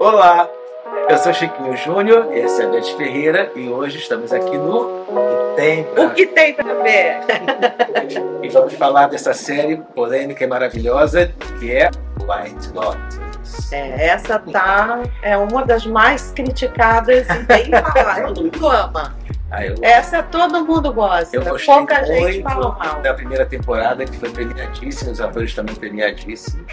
Olá, eu sou Chiquinho Júnior, esse é a Beth Ferreira e hoje estamos aqui no E Tem Pra O que tem pra ver? E vamos falar dessa série polêmica e maravilhosa que é White Lotus. É, essa tá é uma das mais criticadas e bem falada. Todo mundo ama. Ah, eu, Essa todo mundo gosta. eu gostei Pouca gente falou mal. muito da primeira temporada, que foi premiadíssima, os atores também premiadíssimos.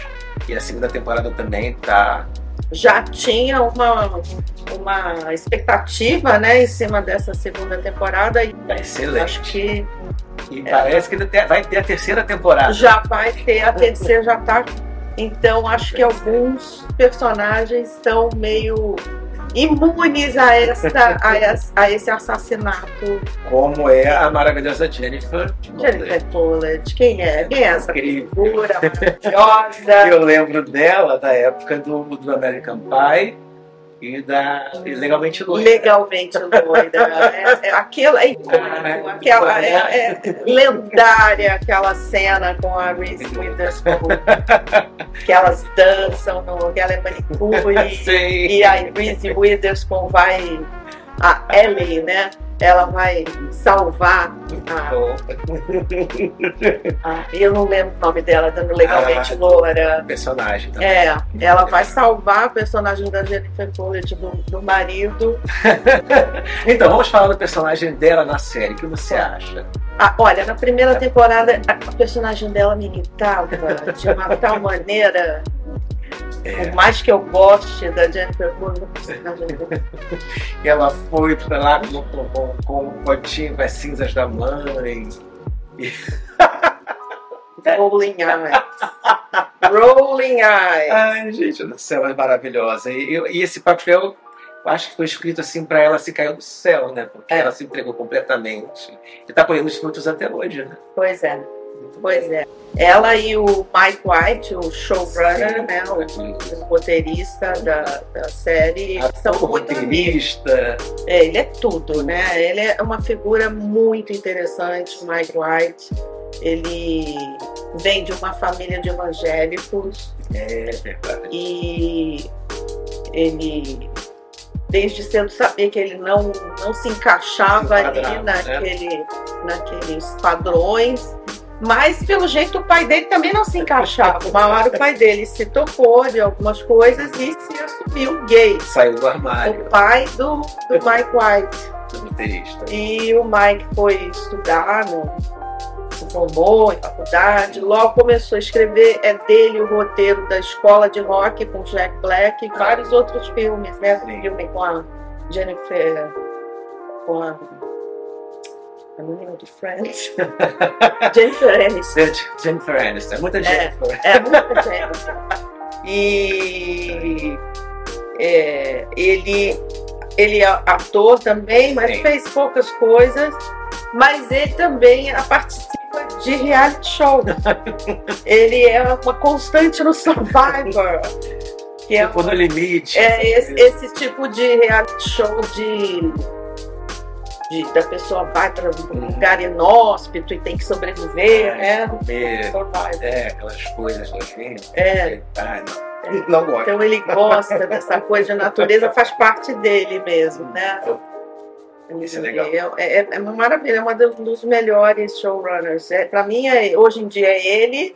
E a segunda temporada também tá. Já tinha uma, uma expectativa, né, em cima dessa segunda temporada e Tá excelente. acho que E parece que ainda te- vai ter a terceira temporada. É. já vai ter a terceira já tá. Então acho que alguns personagens estão meio imunes a esta a, es- a esse assassinato Como é a maravilhosa Jennifer. Jennifer Coolidge, quem é? Quem é essa Incrível. figura E maravilhosa? Eu lembro dela da época do, do American Pie e da e Legalmente Loira. Legalmente loira. É, é, aquela é Ah, né? icônico, aquela é, é lendária aquela cena com a Reese Witherspoon, que elas dançam, no, que ela é manicure, Sim. e a Reese Witherspoon vai, a Ellie, né? Ela vai salvar a, a- eu não lembro o nome dela, dando legalmente Ah. loura. O personagem também. É, ela vai salvar a personagem da Jennifer Coolidge do, do marido. Então, vamos falar do personagem dela na série. O que você acha? Ah, olha, na primeira temporada, a a personagem dela me irritava de uma tal maneira. Por mais que eu goste da Jennifer Coolidge, a personagem dela- Ela foi pra lá com, com, com um potinho com as cinzas da mãe. é Rolling Eyes. Rolling Eyes. Ai, gente do céu, é maravilhosa. E, e- e esse papel, eu acho que foi escrito assim pra ela se caiu do céu, né? Porque É. ela se entregou completamente. E tá colhendo os frutos até hoje, né? Pois é, pois é. Ela e o Mike White, o showrunner, Sim. né? O, o roteirista da, da série, eles são Ator, muito amigos. é roteirista. É, ele é tudo, né? Ele é uma figura muito interessante, o Mike White. Ele vem de uma família de evangélicos É verdade. e ele desde cedo sabia que ele não, não se encaixava Se ali enquadrava, né? naquele, naqueles padrões. Mas, pelo jeito, o pai dele também não se encaixava. Uma hora o pai dele se tocou de algumas coisas e se assumiu gay. Saiu do O armário pai do, do Mike White. do roteirista. E o Mike foi estudar, né? se formou em faculdade, logo começou a escrever, é dele o roteiro da Escola de Rock com Jack Black e vários outros filmes, né? Sim. Filme com a Jennifer, com a, a menina do Friends, Jennifer Aniston. Gente, Jennifer Aniston, muita Jennifer. É, muita gente. E é, ele, ele é ator também, mas Sim. fez poucas coisas. Mas ele também a- participa de reality show. ele é uma constante no Survivor. Que é, Tipo, no limite. é esse, esse tipo de reality show de. de- da pessoa vai para um lugar inóspito e tem que sobreviver, É, né? comer, Survivor. é, aquelas coisas nojentas. É. Ai, tá, não. Não gosto. Então ele gosta dessa coisa de natureza, faz parte dele mesmo, né? Isso é legal. É, é- é uma maravilha, é um dos melhores showrunners. É, pra mim, é- hoje em dia é ele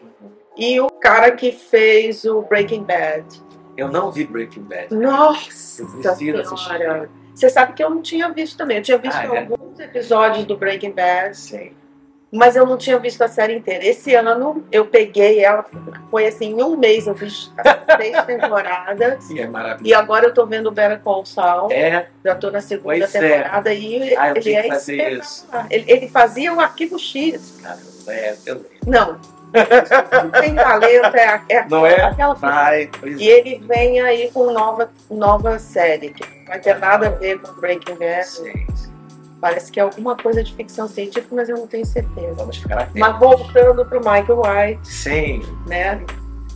e o cara que fez o Breaking Bad. Eu não vi Breaking Bad. Nossa Eu preciso Senhora! assistir. Você sabe que eu não tinha visto também. Eu tinha visto Ah, é? alguns episódios do Breaking Bad, Sim. mas eu não tinha visto a série inteira. Esse ano eu peguei ela, foi assim, em um mês eu vi as seis temporadas. Sim, é maravilhoso. E agora eu tô vendo o Better Call Saul, É, já tô na segunda Pois é. temporada e ah, eu um- ele tinha é que fazer espetacular. isso. Ele, ele fazia o Arquivo X. Cara, é, eu- Não. Tem talento, é, a- é a- Não é? aquela coisa. Vai, pois E ele vem aí com nova, nova série, que não vai ter nada a ver com Breaking é. Bad. Sim, sim. Parece que é alguma coisa de ficção científica, mas eu não tenho certeza. Vamos ficar atentos. Mas voltando pro Michael White, Sim, né?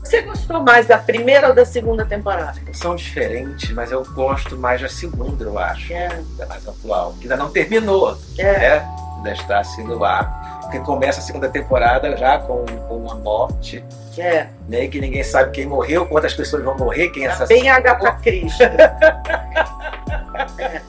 Você gostou mais da primeira ou da segunda temporada? são diferentes, mas eu gosto mais da segunda, eu acho. É, da mais atual, que ainda não terminou, é. né? Ainda está assim no ar. porque começa a segunda temporada já com, com uma morte, É, né? Que ninguém sabe quem morreu, quantas pessoas vão morrer, quem é assassinou. Tá bem Agatha Christie. É.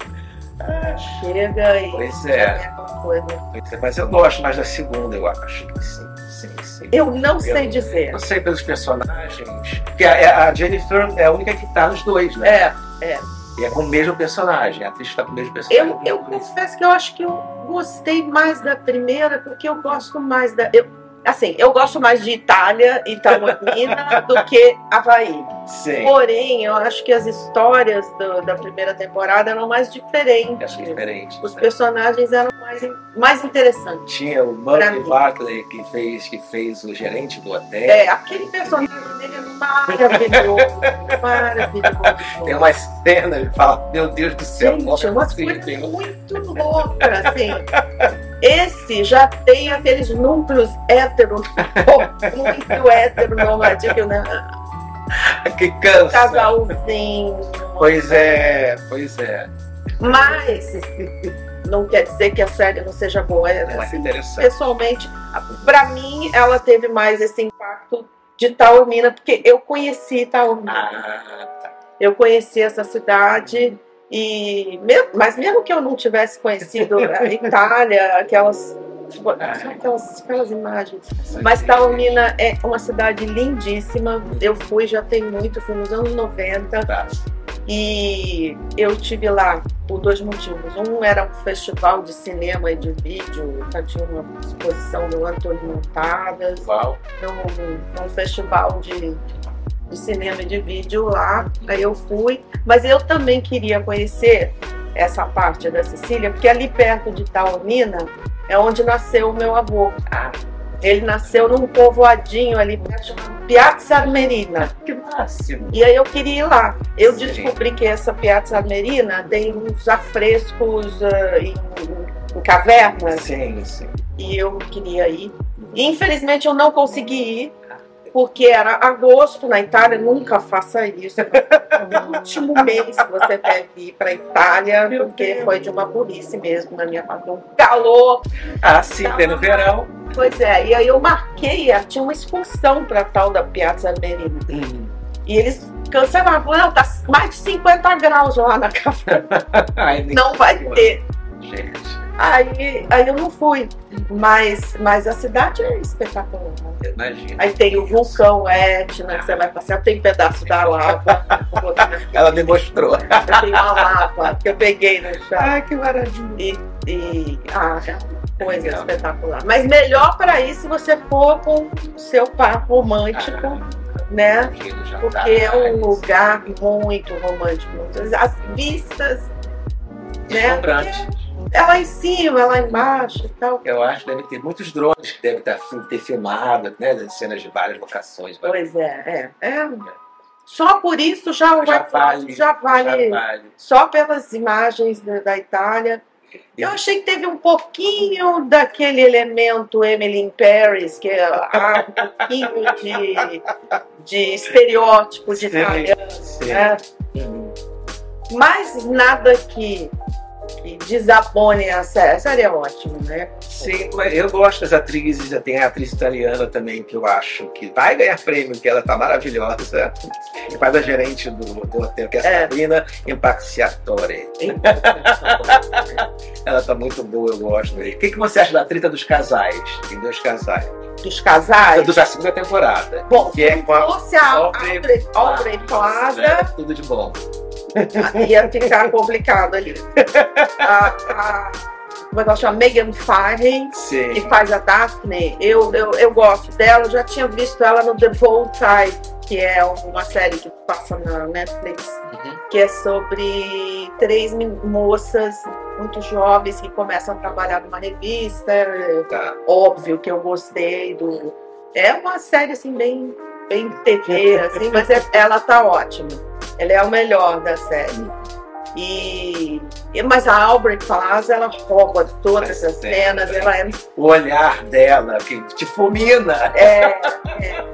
Chega e Pois é. alguma coisa. Pois é, Mas eu gosto mais da segunda, eu acho. Sim, sim, sim. Eu não sei dizer. Não sei pelos personagens. Porque a, a Jennifer é a única que tá nos dois, né? É, E é com o mesmo personagem. A atriz tá com o mesmo personagem. eu, eu confesso que eu acho que eu gostei mais da primeira, porque eu gosto mais da. Eu, assim, eu gosto mais de Itália e Taormina do que Havaí. Sim. Porém, eu acho que as histórias do- da primeira temporada eram mais diferentes. Acho diferente. Os né? personagens eram mais, mais interessantes. Tinha o Pra Bucky mim. Bartley que fez, que fez o gerente do hotel. É, aquele personagem dele é maravilhoso. maravilhoso. Tem uma cena, ele fala, meu Deus do céu, Gente, como é uma assim, tem coisa um- muito louca, assim. Esse já tem aqueles núcleos hétero, um muito heteronormativo, né? que cansa. Casalzinho. Pois é, pois é. Mas não quer dizer que a série não seja boa. é, Não é assim, interessante. pessoalmente, pra mim, ela teve mais esse impacto de Taormina, porque eu conheci Taormina. Ah, tá. eu conheci essa cidade e me- mas mesmo que eu não tivesse conhecido a Itália aquelas tipo, Ai. só aquelas, aquelas imagens Essa mas gente- Taormina é uma cidade lindíssima eu fui já tem muito fui nos anos 90 Tá. e eu tive lá por dois motivos um era um festival de cinema e de vídeo então tinha uma exposição do Antônio Montadas Uau. num, num festival de, de cinema e de vídeo lá, aí eu fui, mas eu também queria conhecer essa parte da Sicília, porque ali perto de Taormina é onde nasceu o meu avô. Ah, Ele nasceu num povoadinho ali, chamado Piazza Armerina. que máximo. E aí eu queria ir lá. Eu Sim. descobri que essa Piazza Armerina tem uns afrescos ah, em, em cavernas Sim, sim. e eu queria ir. E, Infelizmente eu não consegui ir, porque era agosto na Itália, nunca faça isso. É o último mês que você deve ir para Itália, Meu porque Deus. foi de uma burrice mesmo na minha parte. Um calor. Ah, sim, Tá tem no verão. Pois é, e aí eu marquei, ah, tinha uma excursão para tal da Piazza Armerina. Hum. E eles cancelaram, falaram, não, tá mais de 50 graus lá na café, Ai, nem- não vai ter. Gente, Aí, aí eu não fui, mas, mas a cidade é espetacular. eu imagino. Aí tem o vulcão Etna, que você vai passear, tem um pedaço da lava. Vou botar aqui. Ela demonstrou. Eu tenho uma lava que eu peguei no chá. que maravilha. E, ah, é uma coisa espetacular. Mas melhor para ir se você for com o seu par romântico, É, né? tá Porque é um lugar muito romântico. As vistas, né? Deslumbrante. Porque É lá em cima, é lá embaixo e tal. Eu acho que deve ter muitos drones que devem tá- ter filmado, né? Cenas de várias locações. várias- Pois é, é. é. Só por isso já, Já vai- vale, já vale. Já vale. só pelas imagens da, da Itália. Eu achei que teve um pouquinho daquele elemento Emily in Paris, que é ah, um pouquinho de, de estereótipo de Ah, Itália. Sim. Né? Hum. Mas nada que, que desabone a série. A série é ótima, né? Sim, mas eu gosto das atrizes. já Tem a atriz italiana também que eu acho que vai ganhar prêmio, que ela tá maravilhosa. E faz a gerente do, do hotel, que é a É. Sabrina Impaxiatore. Ela tá muito boa, eu gosto dele. O que, que você acha da treta dos casais? Tem dois casais. Dos A casais. da segunda temporada. Bom, É Que é com a fosse a Aubrey Aubrey Aubrey Plaza, É, Tudo de bom. É. ia ficar complicado ali. A, a, como é que ela chama? Megan Farren, que Sim. faz a Daphne, eu, eu, eu gosto dela, eu já tinha visto ela no The Bold Type, que é uma série que passa na Netflix, que é sobre três men- moças muito jovens que começam a trabalhar numa revista. É Tá. Óbvio que eu gostei do. É uma série assim bem, bem TV, assim, mas é- ela tá ótima. Ela é o melhor da série. E, e- mas a Aubrey Plaza, ela rouba todas as cenas, ela é O olhar dela que te fulmina. é,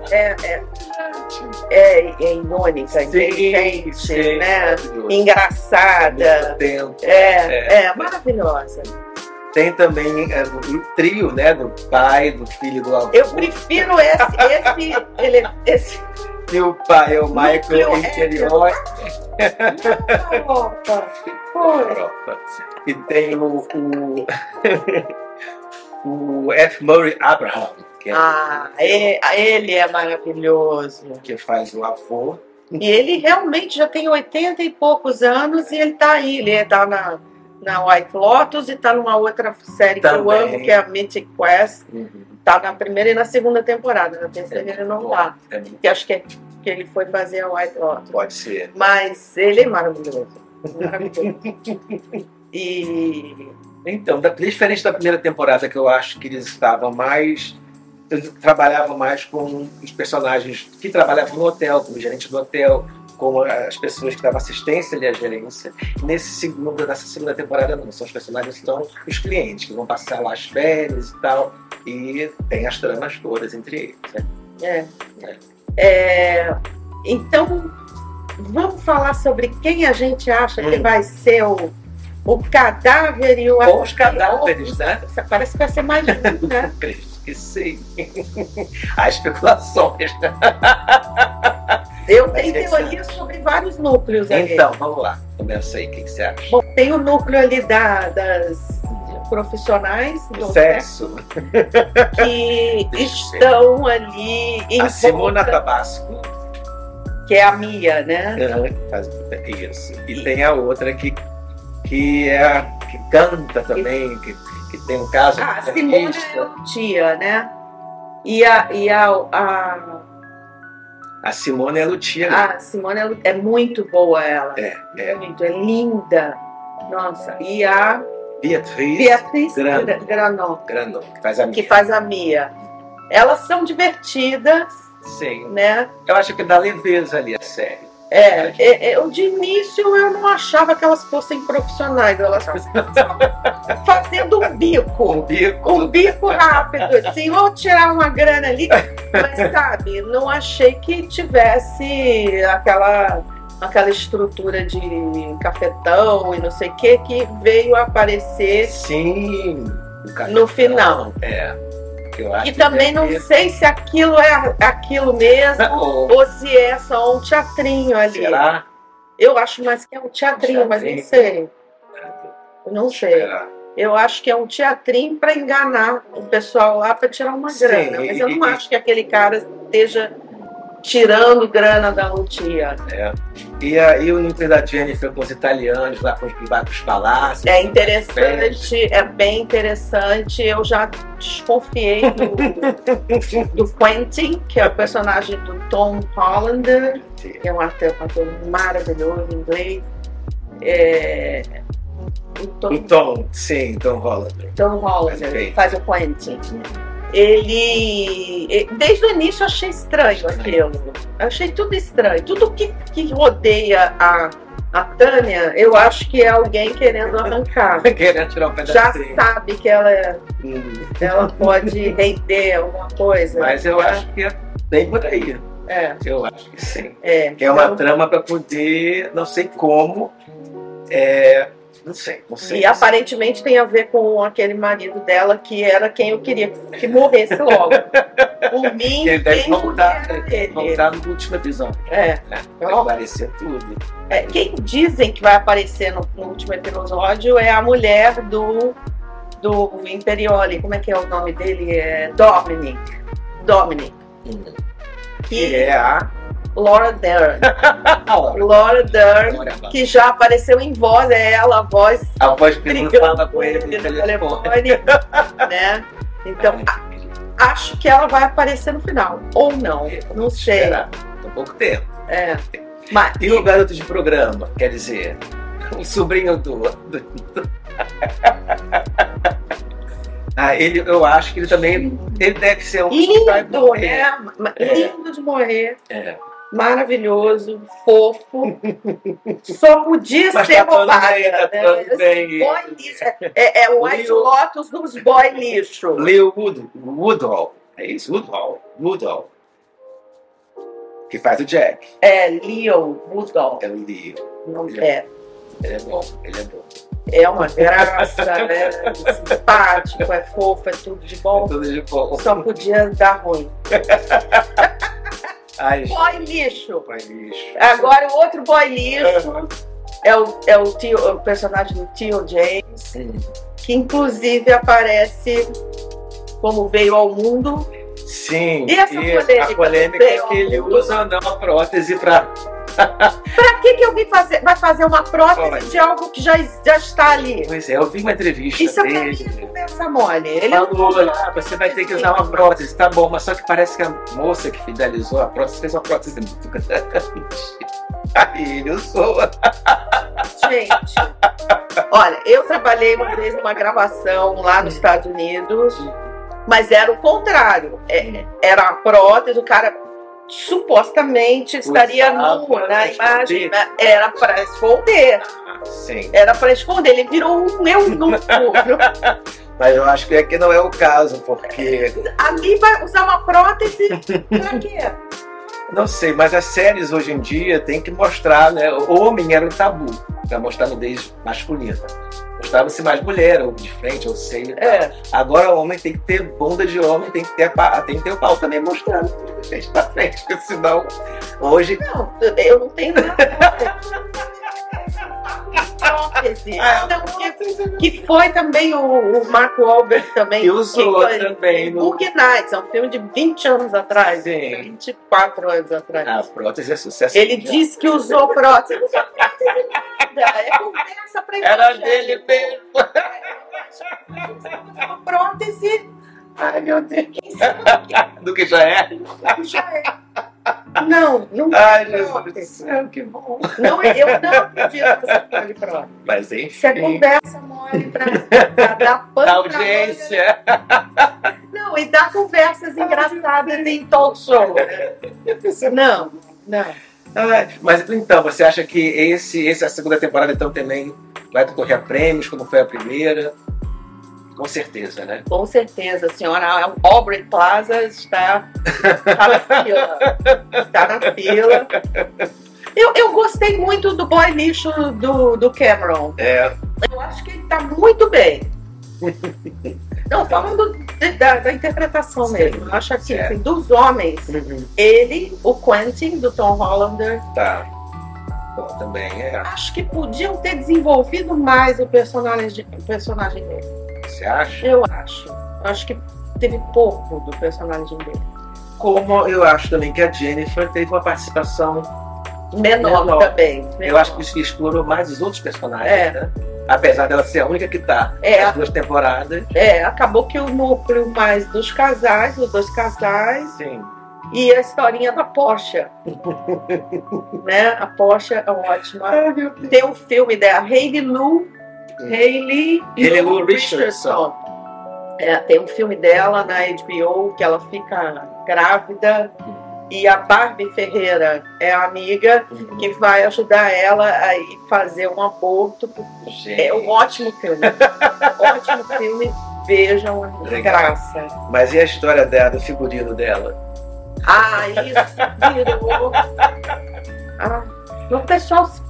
é, é, é, é irônica, inteligente, né? maravilhoso. Engraçada. Muito atento. É, é, maravilhosa. Tem também é, o trio, né? Do pai, do filho, do avô. Eu prefiro esse, esse, ele, esse E o pai é o Michael Núcleo interior. Opa, que foi? E tem o, o, o F. Murray Abraham, que, é- Ah, é- ele é maravilhoso. que faz o avô. E ele realmente já tem 80 e poucos anos e ele tá aí. Ele tá na, na White Lotus e tá numa outra série que eu Também. amo, que é a Mythic Quest. Tá na primeira e na segunda temporada. Na terceira ele não tá. É muito- Que acho que, é- que ele foi fazer a White Lotus. Pode ser. Mas ele é maravilhoso. maravilhoso. E Então, da- diferente da primeira temporada, que eu acho que eles estavam mais. Eles trabalhavam mais com os personagens que trabalhavam no hotel, com o gerente do hotel, com as pessoas que davam assistência ali à gerência. Nesse segundo, nessa segunda temporada, não. São os personagens que são os clientes, que vão passar lá as férias e tal. E tem as tramas todas entre eles. né? É. É, então, vamos falar sobre quem a gente acha que Hum. vai ser o, o cadáver e o Com É os cadáveres, né? Parece que vai ser mais lindo, né? Acredito que sim. As especulações. Eu tenho Vai ser teorias sobre vários núcleos ali. Então, vamos lá. Começa aí, o que que você acha? Bom, tem o núcleo ali da- das profissionais do Sexo. que Deixa eu estão ali em A Simona volta, Tabasco. que é a Mia, né? né, faz- Isso. E tem a outra que, que, é, a- que canta também, que, que tem um caso. Ah, a com Simona é artista. o tia, né? E a, e a, a A Simona é a Lutia. né? Ah, Simone é- é muito boa ela. É, é. Muito, é linda. Nossa. E a Beatriz Beatriz Grano. Gra- Granon, Grandão, que faz a que minha. faz a Mia. Elas são divertidas, Sim. né? Eu acho que dá leveza ali a série. É, é, eu de início eu não achava que elas fossem profissionais, elas estavam fazendo um Com bico, o bico. um bico rápido, assim, ou tirar uma grana ali, mas sabe, não achei que tivesse aquela, aquela estrutura de cafetão e não sei o que que veio a aparecer. Sim. o cafetão. No final. um É. Eu acho E também não deve- sei se aquilo é aquilo mesmo Ou- ou se é só um teatrinho ali. Será? Eu acho mais que é um teatrinho, mas não sei. Eu não sei. Será? Eu acho que é um teatrinho para enganar o pessoal lá para tirar uma Sim, grana. Mas eu e- não e- acho que aquele cara esteja tirando grana da Lutia. É. E aí o núcleo da Jennifer com os italianos lá com os privados palácios. É interessante, é bem interessante. Eu já desconfiei do, do Quentin, que é o personagem do Tom Hollander, que é um ator, um ator maravilhoso inglês. É, o Tom O Tom, Então, sim, Tom Hollander. Tom Hollander, Perfeito. que faz o Quentin. Ele. e- Desde o início eu achei estranho aquilo. Eu achei tudo estranho. Tudo que, que rodeia a, a Tânia, eu acho que é alguém querendo arrancar. Querendo tirar um Já pedacinho. sabe que ela, Hum, ela pode render alguma coisa. Mas eu acho que é bem por aí. É, Eu acho que sim. é. Que é uma Então, trama para poder, não sei como. É, não sei, não sei. e aparentemente tem a ver com aquele marido dela que era quem eu queria que morresse logo. Por mim, Ele deve quem voltar, era deve ele. Voltar no último episódio. É. Né? Vai Então- aparecer tudo. É, quem dizem que vai aparecer no, no último episódio é a mulher do, do Imperioli. Como é que é o nome dele? É Dominic. Dominic. Hum. Que Que é a. Laura Dern. a Laura. Laura Dern, Laura Bach. que já apareceu em voz, é ela, a voz A voz que não brigando fala com ele no telefone. telefone. né? Então, acho que ela vai aparecer no final. Ou não. Não sei. Será? Tem É, tá pouco tempo. É. Mas, E o garoto de programa, quer dizer, o sobrinho do. do- do- ah, ele, eu acho que ele também. Ele deve ser um. lindo, né? Ma- É. Lindo de morrer. É. maravilhoso, fofo. Só podia Mas ser tá todo roubada. bem, tá né? todo Esse bem. boy lixo. É, é o White Leo. Lotus dos boy lixo. Leo Wood, Woodhall. É isso? Woodhall. Woodhall. Que faz o Jack. É, Leo Woodall. É o Leo. Não, É. Ele é bom, ele é bom. É uma graça, é simpático, é fofo, é tudo de bom. Tudo de bom. Só podia dar ruim. Ai, gente, Boy lixo. pai lixo. Agora o outro boy lixo é o, é o, tio, é o personagem do Tio James, que inclusive aparece como veio ao mundo. Sim, E essa polêmica a polêmica do é que ele usa não a prótese para Pra que, que eu vim fazer? Vai fazer uma prótese Olha. de algo que já, já está ali? Pois é, eu vi uma entrevista Isso é dele. conversa mole. Ele é um Falando, olha, ah, você vai ter que usar uma prótese, tá bom, mas só que parece que a moça que fidelizou a prótese fez uma prótese muito grande. Aí ele usou. Gente, olha, eu trabalhei uma vez numa gravação lá nos Estados Unidos, mas era o contrário. É- Era a prótese, o cara supostamente estaria Usava nu na pra imagem, esconder. mas era para esconder, Sim, era para esconder. Ele virou um eunuco. mas eu acho que aqui não é o caso, porque. Ali vai usar uma prótese pra quê? Não sei, mas as séries hoje em dia tem que mostrar, né? O homem era um tabu, pra mostrar nudez masculina. Mostrava-se mais mulher, ou de frente, ou seio e tal. É. Agora o homem tem que ter bunda de homem, tem que ter, a pa- tem que ter o pau também mostrando tudo, gente, pra frente, porque senão hoje. Não, eu não tenho nada. Prótese. Ah, Então, que- que foi também o, o Marco Albert também. E usou que, também no. Book Nights, é um filme de 20 anos atrás. Sim. 24 anos atrás. A prótese é sucesso. Ele mundial. disse que usou prótese. Ele não usou prótese nada. É conversa pra é Era evangélico. dele mesmo. Uma prótese Ai, meu Deus. Do que já é? já é. Não, não Ai, tem Jesus do prótese. céu, que bom. Não, é, eu não acredito nessa história de prótese. Mas Isso é enfim, conversa mole pra, pra dar da pano pra audiência. manga. Não, e dar conversas engraçadas em talk show. Não, não. Ai, Mas então, você acha que esse, essa segunda temporada então também vai concorrer a prêmios, como foi a primeira? Com certeza, né? Com certeza, senhora. é um A Aubrey Plaza está, está tá? na fila. Está na fila. Eu, eu gostei muito do boy lixo do, do Cameron. É, Eu acho que ele está muito bem. Não, falando de- da, da interpretação Sim, mesmo. Eu acho que certo. assim, dos homens, ele, o Quentin, do Tom Hollander, tá. Bom, também é. acho que podiam ter desenvolvido mais o personagem, o personagem dele. Você acha? Eu acho. Eu acho que teve pouco do personagem dele. Como eu acho também que a Jennifer teve uma participação Menor, Menor. também. Eu menor. acho que isso explorou mais os outros personagens, É. né? Apesar dela ser a única que tá É. nas duas temporadas. É, acabou que o núcleo mais dos casais, os dois casais, Sim. e a historinha da Porsche. né? A Porsche é ótima. Ai, meu Deus. Tem um filme da Hayley Lu. Hayley Hayley Lu Richardson. É, tem um filme dela na HBO que ela fica grávida e a Barbie Ferreira é a amiga que vai ajudar ela a ir fazer um aborto. Gente. É um ótimo filme. ótimo filme. Vejam a Legal. graça. Mas e a história dela, do figurino dela? Ah, isso virou. Ah, o pessoal se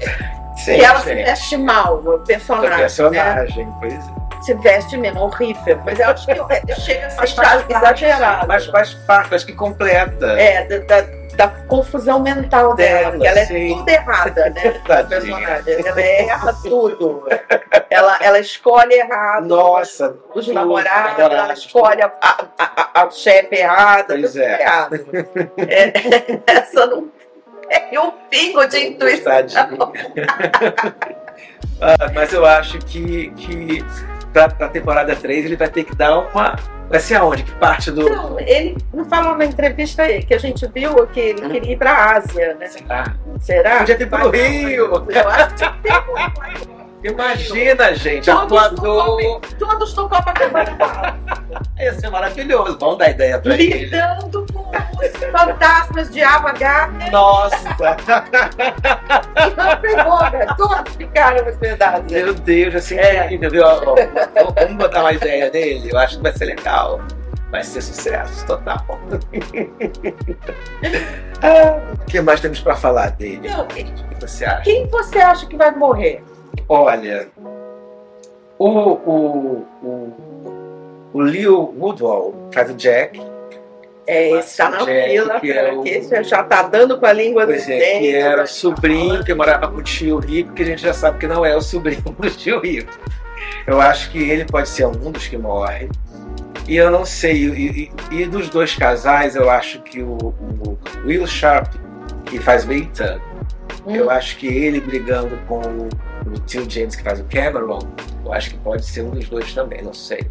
Sim, que ela se gente. veste mal, o Do personagem. né? personagem, pois é. Se veste mesmo, horrível. Mas eu acho que é- chega Mas a ser faz parte, exagerado. Mas faz parte, acho que completa. É, da, da- da confusão mental dela, Dela, porque ela é sim. tudo errada, né? a Tadinha. personagem. Ela erra tudo. Ela, ela escolhe errado. Nossa, os tudo, namorados, namorado. ela escolhe a, a, a, a- a chefe errada, Pois tudo é. errado. É, essa não tem um pingo de intuição. Tadinha. Ah, mas eu acho que, que pra, pra temporada 3 ele vai ter que dar uma. Vai ser aonde? Que parte do. Não, ele não falou na entrevista aí, que a gente viu que ele queria ir para a Ásia, né? Ah, Será? Hum. Podia ter pelo Rio! Eu acho que tem um. Imagina, gente, Todos atuador. Todos estão Copacabana Ia ser maravilhoso. Vamos dar ideia pra ele. lidando com os fantasmas de Ava Gardner Nossa! e Humphrey Bogart. né? Todos ficaram hospedados. Meu Deus, assim, É. ainda, viu? Ó, ó, ó, Vamos botar uma ideia dele? Eu acho que vai ser legal. Vai ser sucesso total. Ah, O que mais temos pra falar dele? Não, O que você acha? Quem você acha que vai morrer? Olha, O, o, o, o Leo Woodwall faz o Jack. É, esse está na Jack, fila, que que, é o- esse já tá dando com a língua do Pois dente. né? é, que era o já sobrinho falando. que morava com o tio rico, que a gente já sabe que não é o sobrinho do tio rico. Eu acho que ele pode ser um dos que morre. E eu não sei. E, e- e dos dois casais, eu acho que o, o Will Sharp, que faz o Ethan, Hum. eu acho que ele brigando com o, o tio James, que faz o Cameron, eu acho que pode ser um dos dois também. Não sei.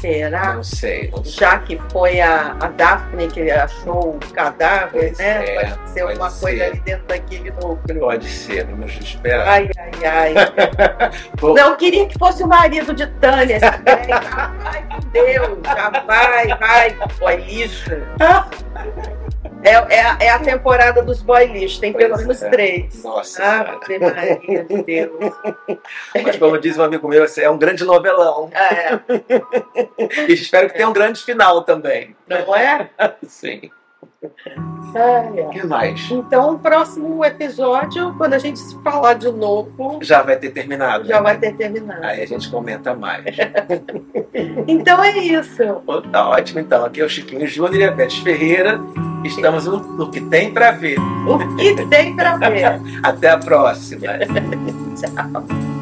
Será? Não sei. Não sei. Já que foi a, a Daphne que achou o cadáver, Pois né? é, pode ser alguma pode coisa ser. É. ali dentro daquele núcleo. Pode ser, né? vamos esperar. Ai, ai, ai. Bom. Não queria que fosse o marido de Tânia. Esse velho. Ah, Vai com Deus, já vai, vai. Boy lixo. É, é, a- é a temporada dos boy lixo, tem pelo Pois menos é. três. Nossa. Senhora. Ah, Ave Maria de Deus. Mas como diz um amigo meu, é um grande novelão. É, E espero que tenha um grande final também. não é? Sim. Ai, O ai. que mais? É. Então, o próximo episódio, quando a gente se falar de novo, Já vai ter terminado. já né? vai ter terminado. Aí a gente comenta mais. Então é isso. Bom, tá ótimo, então. Aqui é o Chiquinho Júnior e a Beth Ferreira. Estamos no, no que tem pra ver. O que tem pra ver? Até a próxima. Tchau.